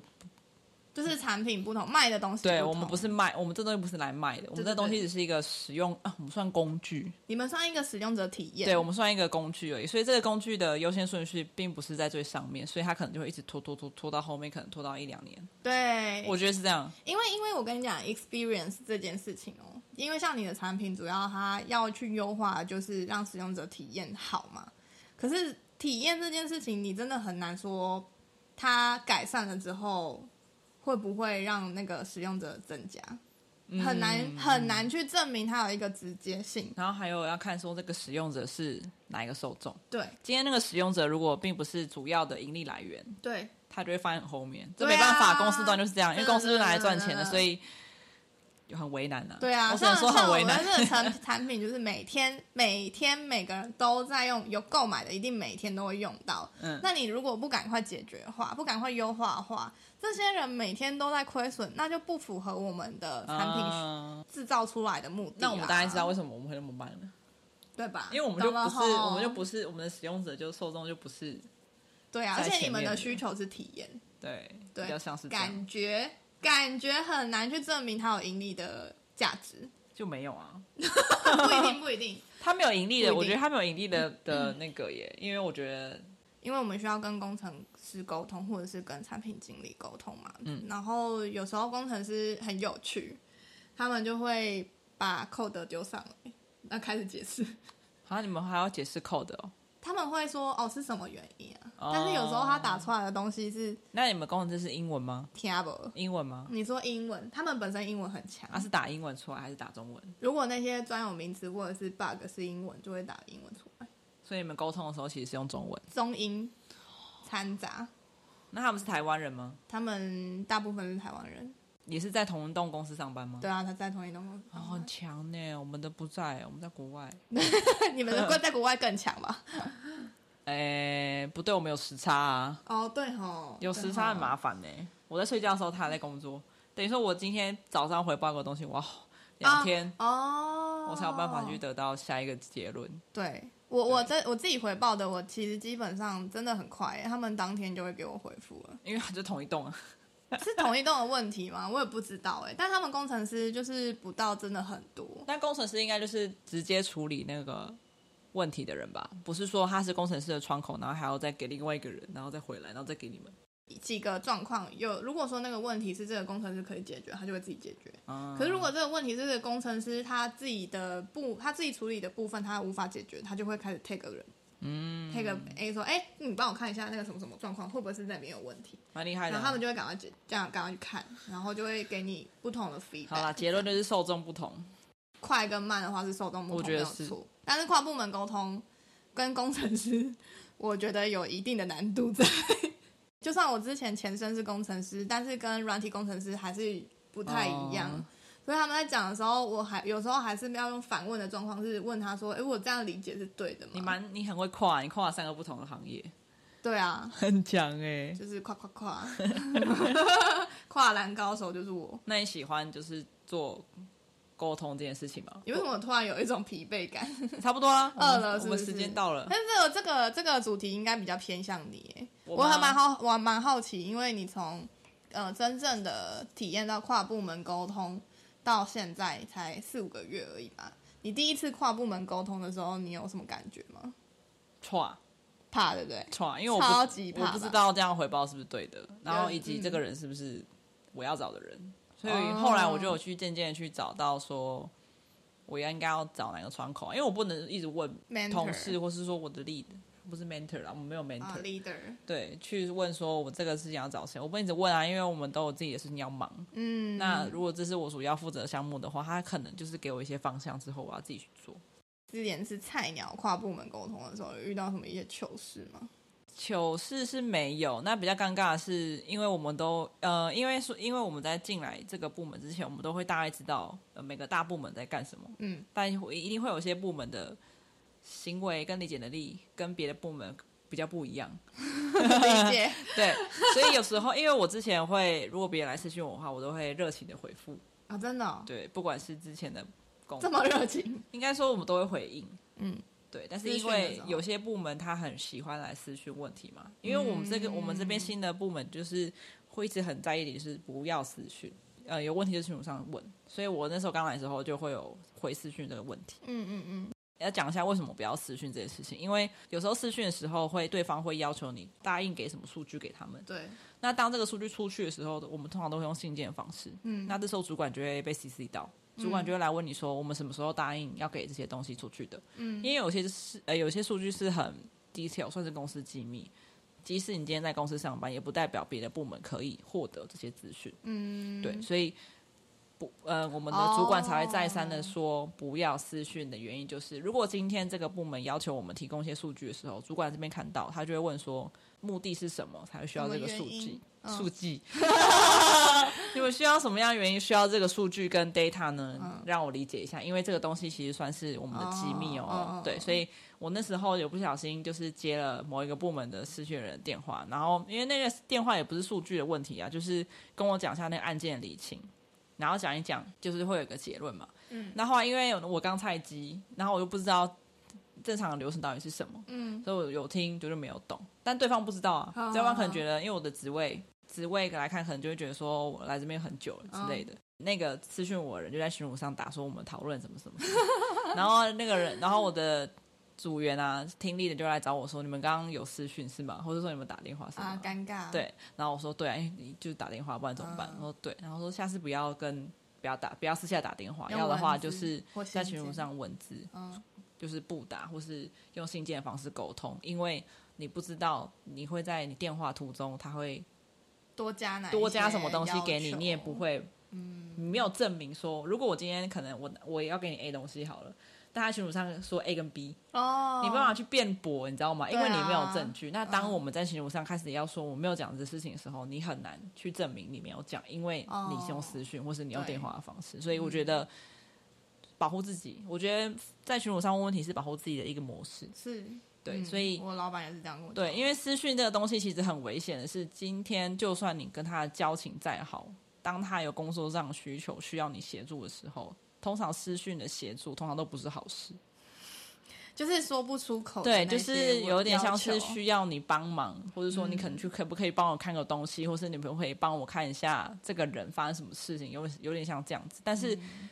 [SPEAKER 1] 就是产品不同，卖的东西
[SPEAKER 2] 对
[SPEAKER 1] 同
[SPEAKER 2] 我们不是卖，我们这东西不是来卖的，我们这
[SPEAKER 1] 对对
[SPEAKER 2] 东西只是一个使用啊，我们算工具，
[SPEAKER 1] 你们算一个使用者体验，
[SPEAKER 2] 对我们算一个工具而已。所以这个工具的优先顺序并不是在最上面，所以它可能就会一直拖拖拖拖到后面，可能拖到一两年。
[SPEAKER 1] 对，
[SPEAKER 2] 我觉得是这样，
[SPEAKER 1] 因为因为我跟你讲，experience 这件事情哦，因为像你的产品，主要它要去优化，就是让使用者体验好嘛。可是体验这件事情，你真的很难说它改善了之后会不会让那个使用者增加，很难很难去证明它有一个直接性。
[SPEAKER 2] 然后还有要看说这个使用者是哪一个受众。
[SPEAKER 1] 对
[SPEAKER 2] 今天那个使用者如果并不是主要的盈利来源，
[SPEAKER 1] 对，
[SPEAKER 2] 他就会放在很后面。这
[SPEAKER 1] 对啊啊
[SPEAKER 2] 没办法，公司端就是这样，因
[SPEAKER 1] 真的
[SPEAKER 2] 为公司就是拿来赚钱
[SPEAKER 1] 真
[SPEAKER 2] 的，
[SPEAKER 1] 的
[SPEAKER 2] 所以就很为难啊。
[SPEAKER 1] 对啊，
[SPEAKER 2] 我只能
[SPEAKER 1] 像
[SPEAKER 2] 说
[SPEAKER 1] 像
[SPEAKER 2] 很
[SPEAKER 1] 我
[SPEAKER 2] 为
[SPEAKER 1] 们
[SPEAKER 2] 难。
[SPEAKER 1] 这个产产品，就是每天 每天每个人都在用，有购买的一定每天都会用到。
[SPEAKER 2] 嗯
[SPEAKER 1] 那你如果不赶快解决的话，不赶快优化的话，这些人每天都在亏损，那就不符合我们的产品
[SPEAKER 2] 啊
[SPEAKER 1] 制造出来的目的、
[SPEAKER 2] 那我们大概知道，为什么我们会那么慢了，
[SPEAKER 1] 对吧？
[SPEAKER 2] 因为我们就不
[SPEAKER 1] 懂
[SPEAKER 2] 是，
[SPEAKER 1] 了吼
[SPEAKER 2] 我们就不是我们的使用者，就受众就不是
[SPEAKER 1] 对啊，
[SPEAKER 2] 在
[SPEAKER 1] 而且你
[SPEAKER 2] 前
[SPEAKER 1] 们
[SPEAKER 2] 面
[SPEAKER 1] 的
[SPEAKER 2] 的
[SPEAKER 1] 需求是体验
[SPEAKER 2] 对，
[SPEAKER 1] 对
[SPEAKER 2] 比较像是这样，
[SPEAKER 1] 感觉，感觉很难去证明它有盈利的价值，
[SPEAKER 2] 就没有啊。
[SPEAKER 1] 不一定，不一定。
[SPEAKER 2] 他没有盈利的，
[SPEAKER 1] 不
[SPEAKER 2] 我
[SPEAKER 1] 一定
[SPEAKER 2] 觉得他没有盈利的的那个耶，因为我觉得
[SPEAKER 1] 因为我们需要跟工程师沟通，或者是跟产品经理沟通嘛。
[SPEAKER 2] 嗯
[SPEAKER 1] 然后有时候工程师很有趣，他们就会把 code 丢上来，那开始解释。
[SPEAKER 2] 好像你们还要解释 code 哦，
[SPEAKER 1] 他们会说：“哦，是什么原因啊？但是有时候他打
[SPEAKER 2] 哦
[SPEAKER 1] 出来的东西是
[SPEAKER 2] 那你们工程师是英文吗？
[SPEAKER 1] 听不懂。
[SPEAKER 2] 英文吗？
[SPEAKER 1] 你说英文，他们本身英文很强。
[SPEAKER 2] 他、啊是打英文出来还是打中文？
[SPEAKER 1] 如果那些专有名词或者是 bug 是英文，就会打英文出来，
[SPEAKER 2] 所以你们沟通的时候其实是用中文。
[SPEAKER 1] 中英掺杂。
[SPEAKER 2] 那他们是台湾人吗？
[SPEAKER 1] 他们大部分是台湾人，
[SPEAKER 2] 也是在同一栋公司上班吗？
[SPEAKER 1] 对啊，他在同一栋公司
[SPEAKER 2] 哦，很强呢，我们的不在，我们在国外。
[SPEAKER 1] 你们的国在国外更强吧？
[SPEAKER 2] 哎、不对，我们有时差啊，
[SPEAKER 1] 哦，对吼，
[SPEAKER 2] 有时差很麻烦呢。我在睡觉的时候，他还在工作，等于说我今天早上回报个东西，哇，两天、
[SPEAKER 1] 啊哦，
[SPEAKER 2] 我才有办法去得到下一个结论。
[SPEAKER 1] 对我我在我自己回报的，我其实基本上真的很快耶，他们当天就会给我回复了。
[SPEAKER 2] 因为他就同一栋 啊，
[SPEAKER 1] 是同一栋的问题吗？ 我也不知道哎，但他们工程师就是不到真的很多。
[SPEAKER 2] 但工程师应该就是直接处理那个问题的人吧，不是说他是工程师的窗口，然后还要再给另外一个人，然后再回来，然后再给你们。
[SPEAKER 1] 几个状况有，如果说那个问题是这个工程师可以解决，他就会自己解决。
[SPEAKER 2] 嗯
[SPEAKER 1] 可是如果这个问题是这个工程师他自己的部，他自己处理的部分他无法解决，他就会开始 take 人，嗯，take A 说，哎、你帮我看一下那个什么什么状况，会不会是那边有问题？
[SPEAKER 2] 蛮厉害的
[SPEAKER 1] 然
[SPEAKER 2] 啊、
[SPEAKER 1] 后他们就会赶快解，这样赶快去看，然后就会给你不同的 feedback。
[SPEAKER 2] 好啦，结论就是受众不同。
[SPEAKER 1] 快跟慢的话是受众不
[SPEAKER 2] 我
[SPEAKER 1] 同，
[SPEAKER 2] 觉
[SPEAKER 1] 没有
[SPEAKER 2] 得是
[SPEAKER 1] 错。但是跨部门沟通跟工程师，我觉得有一定的难度在。 就算我之前前身是工程师，但是跟软体工程师还是不太一样。
[SPEAKER 2] 哦
[SPEAKER 1] 所以他们在讲的时候，我还有时候还是要用反问的状况，是问他说：“哎，我这样理解是对的吗？”
[SPEAKER 2] 你蛮你很会跨，你跨了三个不同的行业，
[SPEAKER 1] 对啊，
[SPEAKER 2] 很强哎、
[SPEAKER 1] 就是跨跨跨，跨栏高手就是我。
[SPEAKER 2] 那你喜欢就是做沟通这件事情吗？
[SPEAKER 1] 你为什么突然有一种疲惫感？
[SPEAKER 2] 差不多啦，我们
[SPEAKER 1] 饿了
[SPEAKER 2] 我
[SPEAKER 1] 是
[SPEAKER 2] 们
[SPEAKER 1] 不是
[SPEAKER 2] 时间 到了。
[SPEAKER 1] 但是这个这个主题应该比较偏向你耶，
[SPEAKER 2] 我
[SPEAKER 1] 我
[SPEAKER 2] 吗
[SPEAKER 1] 还蛮好，我还蛮好奇，因为你从呃真正的体验到跨部门沟通到现在才四五个月而已吧。你第一次跨部门沟通的时候，你有什么感觉吗？
[SPEAKER 2] 跨
[SPEAKER 1] 怕对不对？
[SPEAKER 2] 跨，因为我
[SPEAKER 1] 超
[SPEAKER 2] 不
[SPEAKER 1] 级怕
[SPEAKER 2] 我
[SPEAKER 1] 吧
[SPEAKER 2] 不知道这样回报是不是对的，然后
[SPEAKER 1] 嗯
[SPEAKER 2] 以及这个人是不是我要找的人，所以
[SPEAKER 1] 哦
[SPEAKER 2] 后来我就有去渐渐地去找到说。我应该要找哪个窗口？因为我不能一直问
[SPEAKER 1] Mentor
[SPEAKER 2] 同事，或是说我的 lead，不是 mentor 啦，我们没有 mentor，、
[SPEAKER 1] 啊，leader，
[SPEAKER 2] 对，去问说我这个事情要找谁，我不能一直问啊，因为我们都有自己的事情要忙。
[SPEAKER 1] 嗯，
[SPEAKER 2] 那如果这是我主要负责的项目的话，他可能就是给我一些方向之后，我要自己去做。
[SPEAKER 1] 之前是菜鸟跨部门沟通的时候，有遇到什么一些糗事吗？
[SPEAKER 2] 糗事是没有，那比较尴尬的是，因为我们都呃，因为说因为我们在进来这个部门之前，我们都会大概知道呃每个大部门在干什么，
[SPEAKER 1] 嗯，
[SPEAKER 2] 但会一定会有些部门的行为跟理解能力跟别的部门比较不一样。
[SPEAKER 1] 理解，
[SPEAKER 2] 对，所以有时候因为我之前会，如果别人来私讯我的话，我都会热情的回复。
[SPEAKER 1] 啊，真的哦、
[SPEAKER 2] 对，不管是之前的工
[SPEAKER 1] 这么热情，
[SPEAKER 2] 应该说我们都会回应，
[SPEAKER 1] 嗯，
[SPEAKER 2] 对。但是
[SPEAKER 1] 私
[SPEAKER 2] 因
[SPEAKER 1] 讯的
[SPEAKER 2] 为
[SPEAKER 1] 时候
[SPEAKER 2] 有些部门他很喜欢来私讯问题嘛，因为我们这个、我们这
[SPEAKER 1] 嗯
[SPEAKER 2] 边新的部门就是会一直很在意点是不要私讯，呃，有问题就群组上问。所以我那时候刚来的时候就会有回私讯这个问题。
[SPEAKER 1] 嗯嗯嗯，
[SPEAKER 2] 要讲一下为什么不要私讯这件事情，因为有时候私讯的时候会对方会要求你答应给什么数据给他们。
[SPEAKER 1] 对，
[SPEAKER 2] 那当这个数据出去的时候，我们通常都会用信件的方式。
[SPEAKER 1] 嗯，
[SPEAKER 2] 那这时候主管就会被 CC 到，主管就会来问你说，我们什么时候答应要给这些东西出去的？嗯，因为有些是呃，有些数据是很 detail，算是公司机密。即使你今天在公司上班，也不代表别的部门可以获得这些资讯。
[SPEAKER 1] 嗯，
[SPEAKER 2] 对，所以不呃，我们的主管才会再三的说不要私讯的原因，就是如果今天这个部门要求我们提供一些数据的时候，主管这边看到，他就会问说目的是什么才会需要这个
[SPEAKER 1] 什么
[SPEAKER 2] 数
[SPEAKER 1] 原因
[SPEAKER 2] 据？
[SPEAKER 1] 嗯
[SPEAKER 2] 数据， 你们需要什么样的原因需要这个数据跟 data 呢？
[SPEAKER 1] 嗯
[SPEAKER 2] 让我理解一下，因为这个东西其实算是我们的机密哦。
[SPEAKER 1] 哦哦哦
[SPEAKER 2] 对，所以我那时候有不小心就是接了某一个部门的失讯人的电话，然后因为那个电话也不是数据的问题啊，就是跟我讲一下那个案件的理清，然后讲一讲，就是会有一个结论嘛。嗯，那后来因为我刚菜鸡，然后我又不知道正常的流程到底是什么，
[SPEAKER 1] 嗯，
[SPEAKER 2] 所以我有听就是没有懂，但对方不知道啊，
[SPEAKER 1] 好
[SPEAKER 2] 对方可能觉得因为我的职位职位来看，可能就会觉得说我来这边很久了
[SPEAKER 1] 嗯
[SPEAKER 2] 之类的。那个私讯我的人就在群组上打说我们讨论什么什么什么然后那个人，然后我的组员啊听力的就来找我说你们刚刚有私讯是吗？或者说你们打电话是吗？
[SPEAKER 1] 啊，尴尬，，
[SPEAKER 2] 对，然后我说对啊，哎，你就打电话，不然怎么办？
[SPEAKER 1] 嗯
[SPEAKER 2] 然后对，然后说下次不要跟不要打，不要私下打电话，
[SPEAKER 1] 用
[SPEAKER 2] 要的话
[SPEAKER 1] 文
[SPEAKER 2] 就
[SPEAKER 1] 字
[SPEAKER 2] 是
[SPEAKER 1] 或
[SPEAKER 2] 在
[SPEAKER 1] 信
[SPEAKER 2] 群组
[SPEAKER 1] 件
[SPEAKER 2] 上文字，
[SPEAKER 1] 嗯，
[SPEAKER 2] 就是不打，或是用信件的方式沟通，因为你不知道你会在你电话途中他会
[SPEAKER 1] 多加哪一
[SPEAKER 2] 多加什么
[SPEAKER 1] 些
[SPEAKER 2] 东西
[SPEAKER 1] 要
[SPEAKER 2] 给你，
[SPEAKER 1] 求嗯
[SPEAKER 2] 你也不会，你没有证明说，如果我今天可能我我也要给你 A 东西好了，但他群主上说 A 跟 B，、
[SPEAKER 1] 哦，
[SPEAKER 2] 你没办法去辩驳，你知道吗？因为
[SPEAKER 1] 对
[SPEAKER 2] 你
[SPEAKER 1] 啊嗯
[SPEAKER 2] 没有证据。那当我们在群主上开始要说我没有讲这事情的时候，你很难去证明你没有讲，因为
[SPEAKER 1] 哦
[SPEAKER 2] 你是用私讯或是你用
[SPEAKER 1] 对嗯
[SPEAKER 2] 电话的方式，所以我觉得。保护自己，我觉得在群主上问问题是保护自己的一个模式。
[SPEAKER 1] 是，
[SPEAKER 2] 对，
[SPEAKER 1] 嗯
[SPEAKER 2] 所以
[SPEAKER 1] 我老板也是这样跟我
[SPEAKER 2] 对，因
[SPEAKER 1] 为
[SPEAKER 2] 为私讯这个东西其实很危险的是，今天就算你跟他的交情再好，当他有工作上的需求需要你协助的时候，通常私讯的协助通常都不是好事。
[SPEAKER 1] 就是说不出口的
[SPEAKER 2] 对，
[SPEAKER 1] 那些我，
[SPEAKER 2] 就是有点像
[SPEAKER 1] 要求
[SPEAKER 2] 是
[SPEAKER 1] 嗯
[SPEAKER 2] 需要你帮忙，或者说你可能去可不可以帮我看个东西，或是你可不可以帮我看一下这个人发生什么事情，有有点像这样子，但是。
[SPEAKER 1] 嗯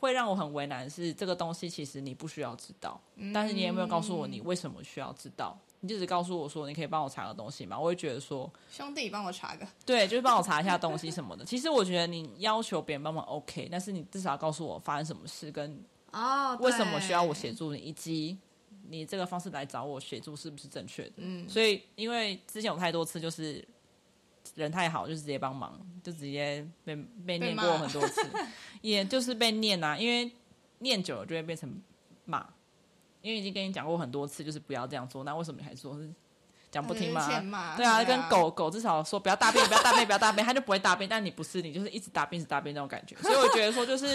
[SPEAKER 2] 会让我很为难的是这个东西，其实你不需要知道，
[SPEAKER 1] 嗯
[SPEAKER 2] 但是你也没有告诉我你为什么需要知道，你就只告诉我说你可以帮我查个东西嘛，我会觉得说，
[SPEAKER 1] 兄弟帮我查个，
[SPEAKER 2] 对，就是帮我查一下东西什么的。其实我觉得你要求别人帮忙 OK，但是你至少要告诉我发生什么事，跟
[SPEAKER 1] 哦，
[SPEAKER 2] 为什么需要我
[SPEAKER 1] 对
[SPEAKER 2] 协？助你，以及你这个方式来找我协助是不是正确的。
[SPEAKER 1] 嗯，
[SPEAKER 2] 所以，因为之前有太多次就是人太好，就直接帮忙，就直接被被念过
[SPEAKER 1] 骂
[SPEAKER 2] 很多次， 也就是被念啊，因为念久了就会变成骂，因为已经跟你讲过很多次，就是不要这样做，那为什么你还说是讲不听吗？
[SPEAKER 1] 欠骂
[SPEAKER 2] 对啊，跟狗狗至少说不要大便，不要大便，不要大便，它就不会大便。但你不是，你就是一直大便，一直大便那种感觉。所以我觉得说，就是，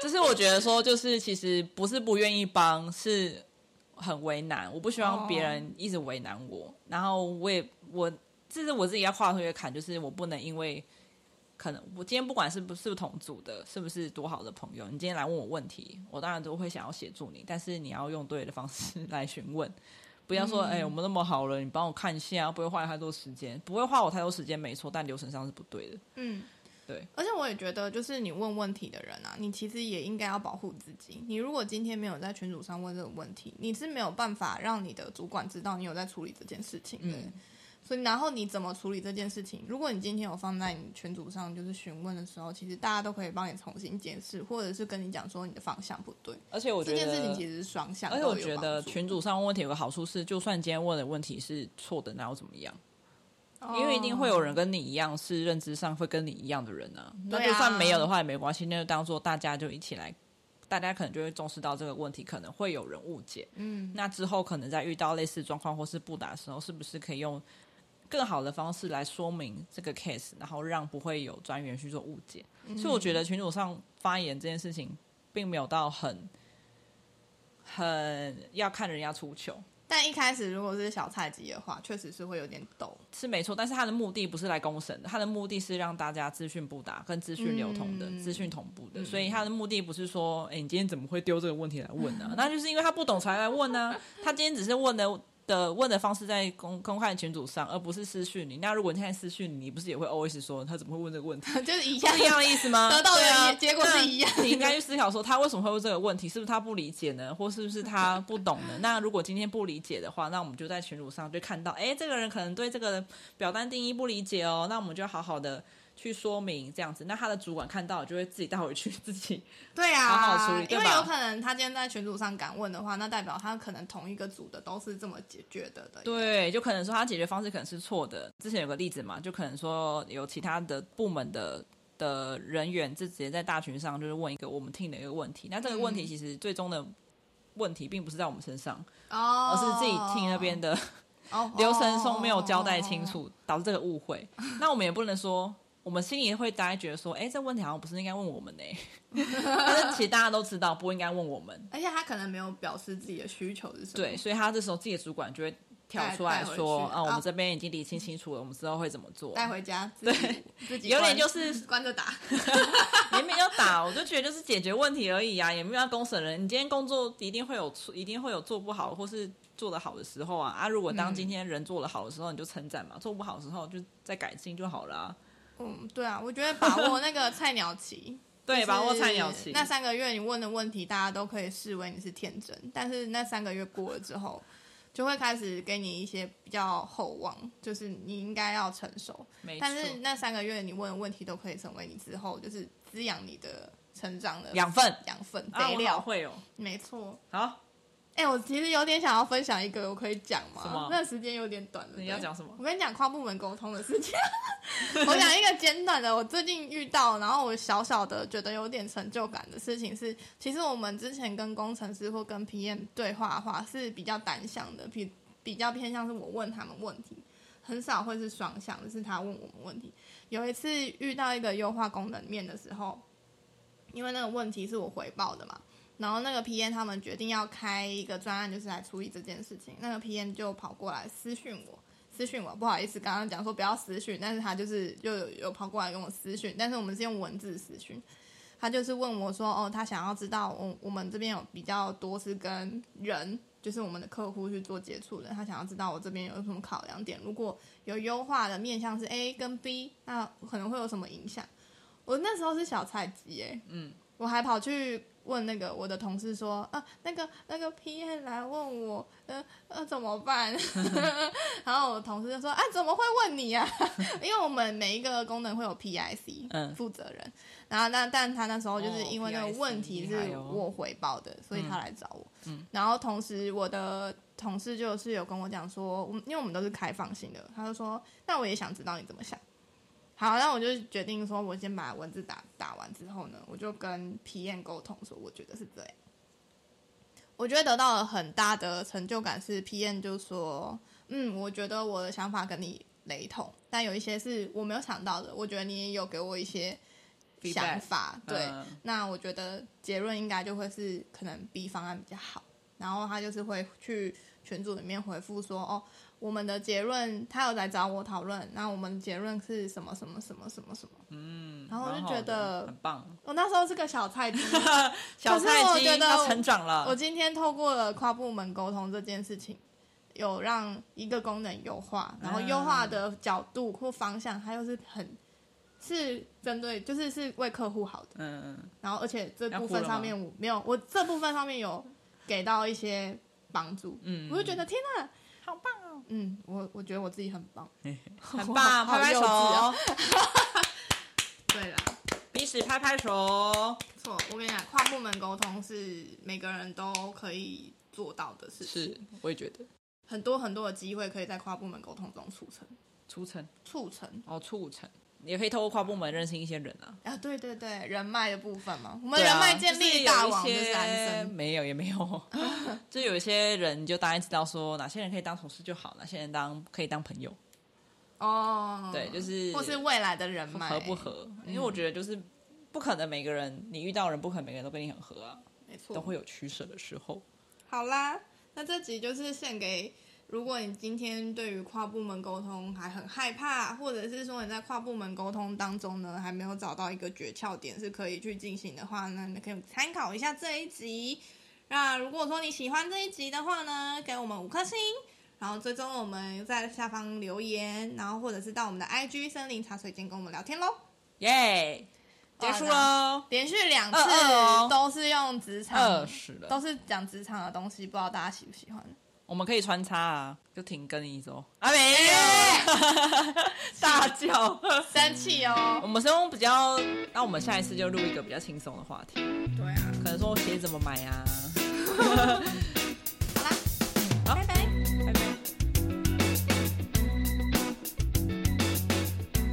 [SPEAKER 2] 就是我觉得说，就是其实不是不愿意帮，是很为难。我不希望别
[SPEAKER 1] 哦
[SPEAKER 2] 人一直为难我，然后我也我这是我自己要跨出一个坎，就是我不能因为。可能我今天不管是不是同组的，是不是多好的朋友，你今天来问我问题，我当然都会想要协助你，但是你要用对的方式 来询问，不要
[SPEAKER 1] 嗯
[SPEAKER 2] 说哎、我们那么好了，你帮我看一下，不会花太多时间，不会花我太多时间，没错，但流程上是不对的。
[SPEAKER 1] 嗯，
[SPEAKER 2] 对。
[SPEAKER 1] 而且我也觉得，就是你问问题的人啊，你其实也应该要保护自己。你如果今天没有在群组上问这个问题，你是没有办法让你的主管知道你有在处理这件事情的。
[SPEAKER 2] 嗯
[SPEAKER 1] 所以，然后你怎么处理这件事情？如果你今天有放在你群组上，就是询问的时候，其实大家都可以帮你重新解释，或者是跟你讲说你的方向不对。
[SPEAKER 2] 而且我觉
[SPEAKER 1] 这
[SPEAKER 2] 得
[SPEAKER 1] 件事情其实是双向，
[SPEAKER 2] 而且我觉
[SPEAKER 1] 都有
[SPEAKER 2] 得
[SPEAKER 1] 帮助
[SPEAKER 2] 群主上问问题有个好处是，就算今天问的问题是错的，那又怎么样？
[SPEAKER 1] 哦
[SPEAKER 2] 因为一定会有人跟你一样是认知上会跟你一样的人啊。那
[SPEAKER 1] 对啊
[SPEAKER 2] 就算没有的话也没关系，那就当做大家就一起来，大家可能就会重视到这个问题，可能会有人误解。嗯，那之后可能在遇到类似状况或是不打的时候，是不是可以用更好的方式来说明这个 case，然后让不会有专员去做误解？
[SPEAKER 1] 嗯
[SPEAKER 2] 所以我觉得群主上发言这件事情，并没有到很很要看人家出糗。
[SPEAKER 1] 但一开始如果是小菜鸡的话，确实是会有点抖。
[SPEAKER 2] 是没错，但是他的目的不是来公审的，他的目的是让大家资讯不达跟资讯流通的、
[SPEAKER 1] 嗯
[SPEAKER 2] 资讯同步的，所以他的目的不是说，哎、你今天怎么会丢这个问题来 问呢、那就是因为他不懂才来问呢、他今天只是问的的问的方式在公公开群组上，而不是私讯你。那如果你现在私讯你，你不是也会 always 说他怎么会问这个问题？
[SPEAKER 1] 就是一样
[SPEAKER 2] 不是一样的意思吗？
[SPEAKER 1] 得到的
[SPEAKER 2] 对啊，
[SPEAKER 1] 结果是一样
[SPEAKER 2] 那你应该去思考说，他为什么会问这个问题？是不是他不理解呢？或是不是他不懂呢？ 那如果今天不理解的话，那我们就在群组上就看到，哎，这个人可能对这个表单定义不理解哦，那我们就好好的。去说明这样子，那他的主管看到就会自己带回去，自己
[SPEAKER 1] 对啊，
[SPEAKER 2] 好好处理
[SPEAKER 1] 因
[SPEAKER 2] 对吧
[SPEAKER 1] 为有可能他今天在群组上敢问的话，那代表他可能同一个组的都是这么解决的的。，
[SPEAKER 2] 对，就可能说他解决方式可能是错的。之前有个例子嘛，就可能说有其他的部门的的人员就直接在大群上就是问一个我们听的一个问题，那这个问题
[SPEAKER 1] 嗯
[SPEAKER 2] 其实最终的问题并不是在我们身上，
[SPEAKER 1] 哦，
[SPEAKER 2] 而是自己听那边的
[SPEAKER 1] 哦
[SPEAKER 2] 流程中没有交代清。楚，导致这个误会。那我们也不能说。我们心里会大家觉得说，哎、这问题好像不是应该问我们呢、 但是其实大家都知道不应该问我们，
[SPEAKER 1] 哦而且他可能没有表示自己的需求是什么。
[SPEAKER 2] 对，，所以他这时候自己的主管就会跳出来
[SPEAKER 1] 带带回
[SPEAKER 2] 说，
[SPEAKER 1] 去
[SPEAKER 2] 啊，我
[SPEAKER 1] 啊
[SPEAKER 2] 们这边已经理清清楚了，我们之后会怎么做。
[SPEAKER 1] 带回家自己 自己
[SPEAKER 2] 有
[SPEAKER 1] 关
[SPEAKER 2] 点就是
[SPEAKER 1] 关着打。
[SPEAKER 2] 也没有打，我就觉得就是解决问题而已啊，也没有要公审人。你今天工作一定会有出，一定会有做不好或是做得好的时候啊。啊，如果
[SPEAKER 1] 嗯
[SPEAKER 2] 当今天人做得好的时候，你就称赞嘛；做不好的时候就再改进就好了、啊。
[SPEAKER 1] 嗯，对啊，我觉得把握那个菜鸟期。
[SPEAKER 2] 对，把握
[SPEAKER 1] 就是
[SPEAKER 2] 菜鸟期。
[SPEAKER 1] 那三个月你问的问题，大家都可以视为你是天真，但是那三个月过了之后，就会开始给你一些比较厚望，就是你应该要成熟。
[SPEAKER 2] 没错
[SPEAKER 1] 但，是那三个月你问的问题都可以成为你之后就是滋养你的成长的
[SPEAKER 2] 养分
[SPEAKER 1] 养分
[SPEAKER 2] 啊
[SPEAKER 1] 肥
[SPEAKER 2] 我好
[SPEAKER 1] 料。
[SPEAKER 2] 会哦，
[SPEAKER 1] 没错。
[SPEAKER 2] 好，
[SPEAKER 1] 哎、我其实有点想要分享一个，我可以讲
[SPEAKER 2] 什
[SPEAKER 1] 吗
[SPEAKER 2] 么？
[SPEAKER 1] 那时间有点短了。
[SPEAKER 2] 你要
[SPEAKER 1] 对
[SPEAKER 2] 讲什么
[SPEAKER 1] 我跟你讲跨部门沟通的事情。 我讲一个简短的，我最近遇到，然后我小小的觉得有点成就感的事情是，其实我们之前跟工程师或跟 PM 对话的话是比较单向的，比比较偏向是我问他们问题，很少会是双向的，是他问我们问题。有一次遇到一个优化功能面的时候，因为那个问题是我回报的嘛，然后那个 PM 他们决定要开一个专案，就是来处理这件事情。那个 PM 就跑过来私讯我，私讯我，不好意思，刚刚讲说不要私讯，但是他就是又有有跑过来跟我私讯，但是我们是用文字私讯。他就是问我说：“哦，他想要知道我我们这边有比较多是跟人，就是我们的客户去做接触的。他想要知道我这边有什么考量点，如果有优化的面向是 A 跟 B，那可能会有什么影响？”我那时候是小菜鸡哎、
[SPEAKER 2] 嗯，
[SPEAKER 1] 我还跑去问那个我的同事说：“啊，那个那个 PM 来问我，呃呃怎么办？” 然后我同事就说：“啊，怎么会问你啊？因为我们每一个功能会有 PIC，
[SPEAKER 2] 嗯
[SPEAKER 1] 负责人。”然后那但他那时候就是
[SPEAKER 2] 哦
[SPEAKER 1] 因为那个
[SPEAKER 2] PIC
[SPEAKER 1] 问题是
[SPEAKER 2] 厉害哦
[SPEAKER 1] 我回报的，所以他来找我。
[SPEAKER 2] 嗯
[SPEAKER 1] 然后同时我的同事就是有跟我讲说，我们因为我们都是开放性的，他就说，那我也想知道你怎么想。好，那我就决定说，我先把文字打打完之后呢，我就跟 PM 沟通说，我觉得是这样。我觉得得到了很大的成就感是 PM 就说，嗯，我觉得我的想法跟你雷同，但有一些是我没有想到的，我觉得你也有给我一些
[SPEAKER 2] Feedback
[SPEAKER 1] 想法，对。
[SPEAKER 2] 嗯
[SPEAKER 1] 那我觉得结论应该就会是可能 B 方案比较好。然后他就是会去群组里面回复说，哦，我们的结论他有来找我讨论，那我们的结论是什么什么什么什么什么。
[SPEAKER 2] 嗯，
[SPEAKER 1] 然后我就
[SPEAKER 2] 蛮好
[SPEAKER 1] 觉
[SPEAKER 2] 的
[SPEAKER 1] 得
[SPEAKER 2] 很棒，
[SPEAKER 1] 我那时候是个小 菜鸡，
[SPEAKER 2] 小
[SPEAKER 1] 是
[SPEAKER 2] 菜
[SPEAKER 1] 我
[SPEAKER 2] 鸡
[SPEAKER 1] 觉得
[SPEAKER 2] 要
[SPEAKER 1] 我
[SPEAKER 2] 成长
[SPEAKER 1] 我
[SPEAKER 2] 了，嗯
[SPEAKER 1] 今天透过了跨部门沟通这件事情，有让一个功能优化，然后优化的
[SPEAKER 2] 嗯
[SPEAKER 1] 角度或方向，它又是很是针对，就是是为客户好的。
[SPEAKER 2] 嗯嗯，
[SPEAKER 1] 然后而且这
[SPEAKER 2] 要
[SPEAKER 1] 部
[SPEAKER 2] 哭
[SPEAKER 1] 分
[SPEAKER 2] 了
[SPEAKER 1] 上
[SPEAKER 2] 吗
[SPEAKER 1] 面我没有，我这部分上面有给到一些帮助，
[SPEAKER 2] 嗯
[SPEAKER 1] 我就 觉得天哪，
[SPEAKER 2] 好棒哦，
[SPEAKER 1] 嗯，我我觉得我自己很棒，
[SPEAKER 2] 很棒，
[SPEAKER 1] 好
[SPEAKER 2] 拍拍
[SPEAKER 1] 幼
[SPEAKER 2] 手，
[SPEAKER 1] 稚啊对啦，
[SPEAKER 2] 彼此拍拍手，
[SPEAKER 1] 不错，我跟你讲，跨部门沟通是每个人都可以做到的事情，
[SPEAKER 2] 是，我也觉得
[SPEAKER 1] 很多很多的机会可以在跨部门沟通中促成
[SPEAKER 2] 促成
[SPEAKER 1] 促成。
[SPEAKER 2] 哦，促成也可以透过跨部门认识一些人啊。
[SPEAKER 1] 啊，对对对，人脉的部分嘛，我们
[SPEAKER 2] 对啊
[SPEAKER 1] 人脉建立大网
[SPEAKER 2] 就
[SPEAKER 1] 就是
[SPEAKER 2] 有一
[SPEAKER 1] 是
[SPEAKER 2] 些
[SPEAKER 1] 安生，
[SPEAKER 2] 没有也没有， 就有一些人你就大概知道说哪些人可以当同事就好，哪些人当可以当朋友，
[SPEAKER 1] 哦，
[SPEAKER 2] 对就是
[SPEAKER 1] 或是嗯未来的人脉
[SPEAKER 2] 合不？合？因为我觉得就是不可能每个人你遇到的人不可能每个人都跟你很合啊，
[SPEAKER 1] 没错，
[SPEAKER 2] 都会有取舍的时候。
[SPEAKER 1] 嗯好啦，那这集就是献给如果你今天对于跨部门沟通还很害怕，或者是说你在跨部门沟通当中呢还没有找到一个诀窍点是可以去进行的话呢，你可以参考一下这一集。那如果说你喜欢这一集的话呢，给我们五颗星。然后追踪我们在下方留言，然后或者是到我们的 IG 森林茶水间跟我们聊天喽。
[SPEAKER 2] 耶，结束喽，
[SPEAKER 1] 连续两次
[SPEAKER 2] 二二哦
[SPEAKER 1] 都是用职场，
[SPEAKER 2] 二十了
[SPEAKER 1] 都，是讲职场的东西，不知道大家喜不喜欢。
[SPEAKER 2] 我们可以穿插啊，就停更一周啊，没
[SPEAKER 1] 哎
[SPEAKER 2] 有大叫。
[SPEAKER 1] 生气哦。
[SPEAKER 2] 我们是用比较，那我们下一次就录一个比较轻松的话题，
[SPEAKER 1] 对啊，
[SPEAKER 2] 可能说鞋怎么买啊。
[SPEAKER 1] 好啦，
[SPEAKER 2] 好
[SPEAKER 1] 拜拜。
[SPEAKER 2] 拜拜。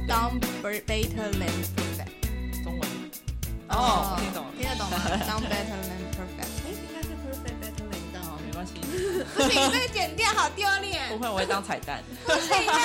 [SPEAKER 1] Down better than perfect。
[SPEAKER 2] 中文。哦，我听懂了。
[SPEAKER 1] 听得懂吗？Down better than perfect。哎， 应该是 perfect better than
[SPEAKER 2] 哦，
[SPEAKER 1] down。
[SPEAKER 2] 没关系，
[SPEAKER 1] 不行，这个剪掉好丢脸
[SPEAKER 2] 不。会，我会当彩蛋。
[SPEAKER 1] 不行啊！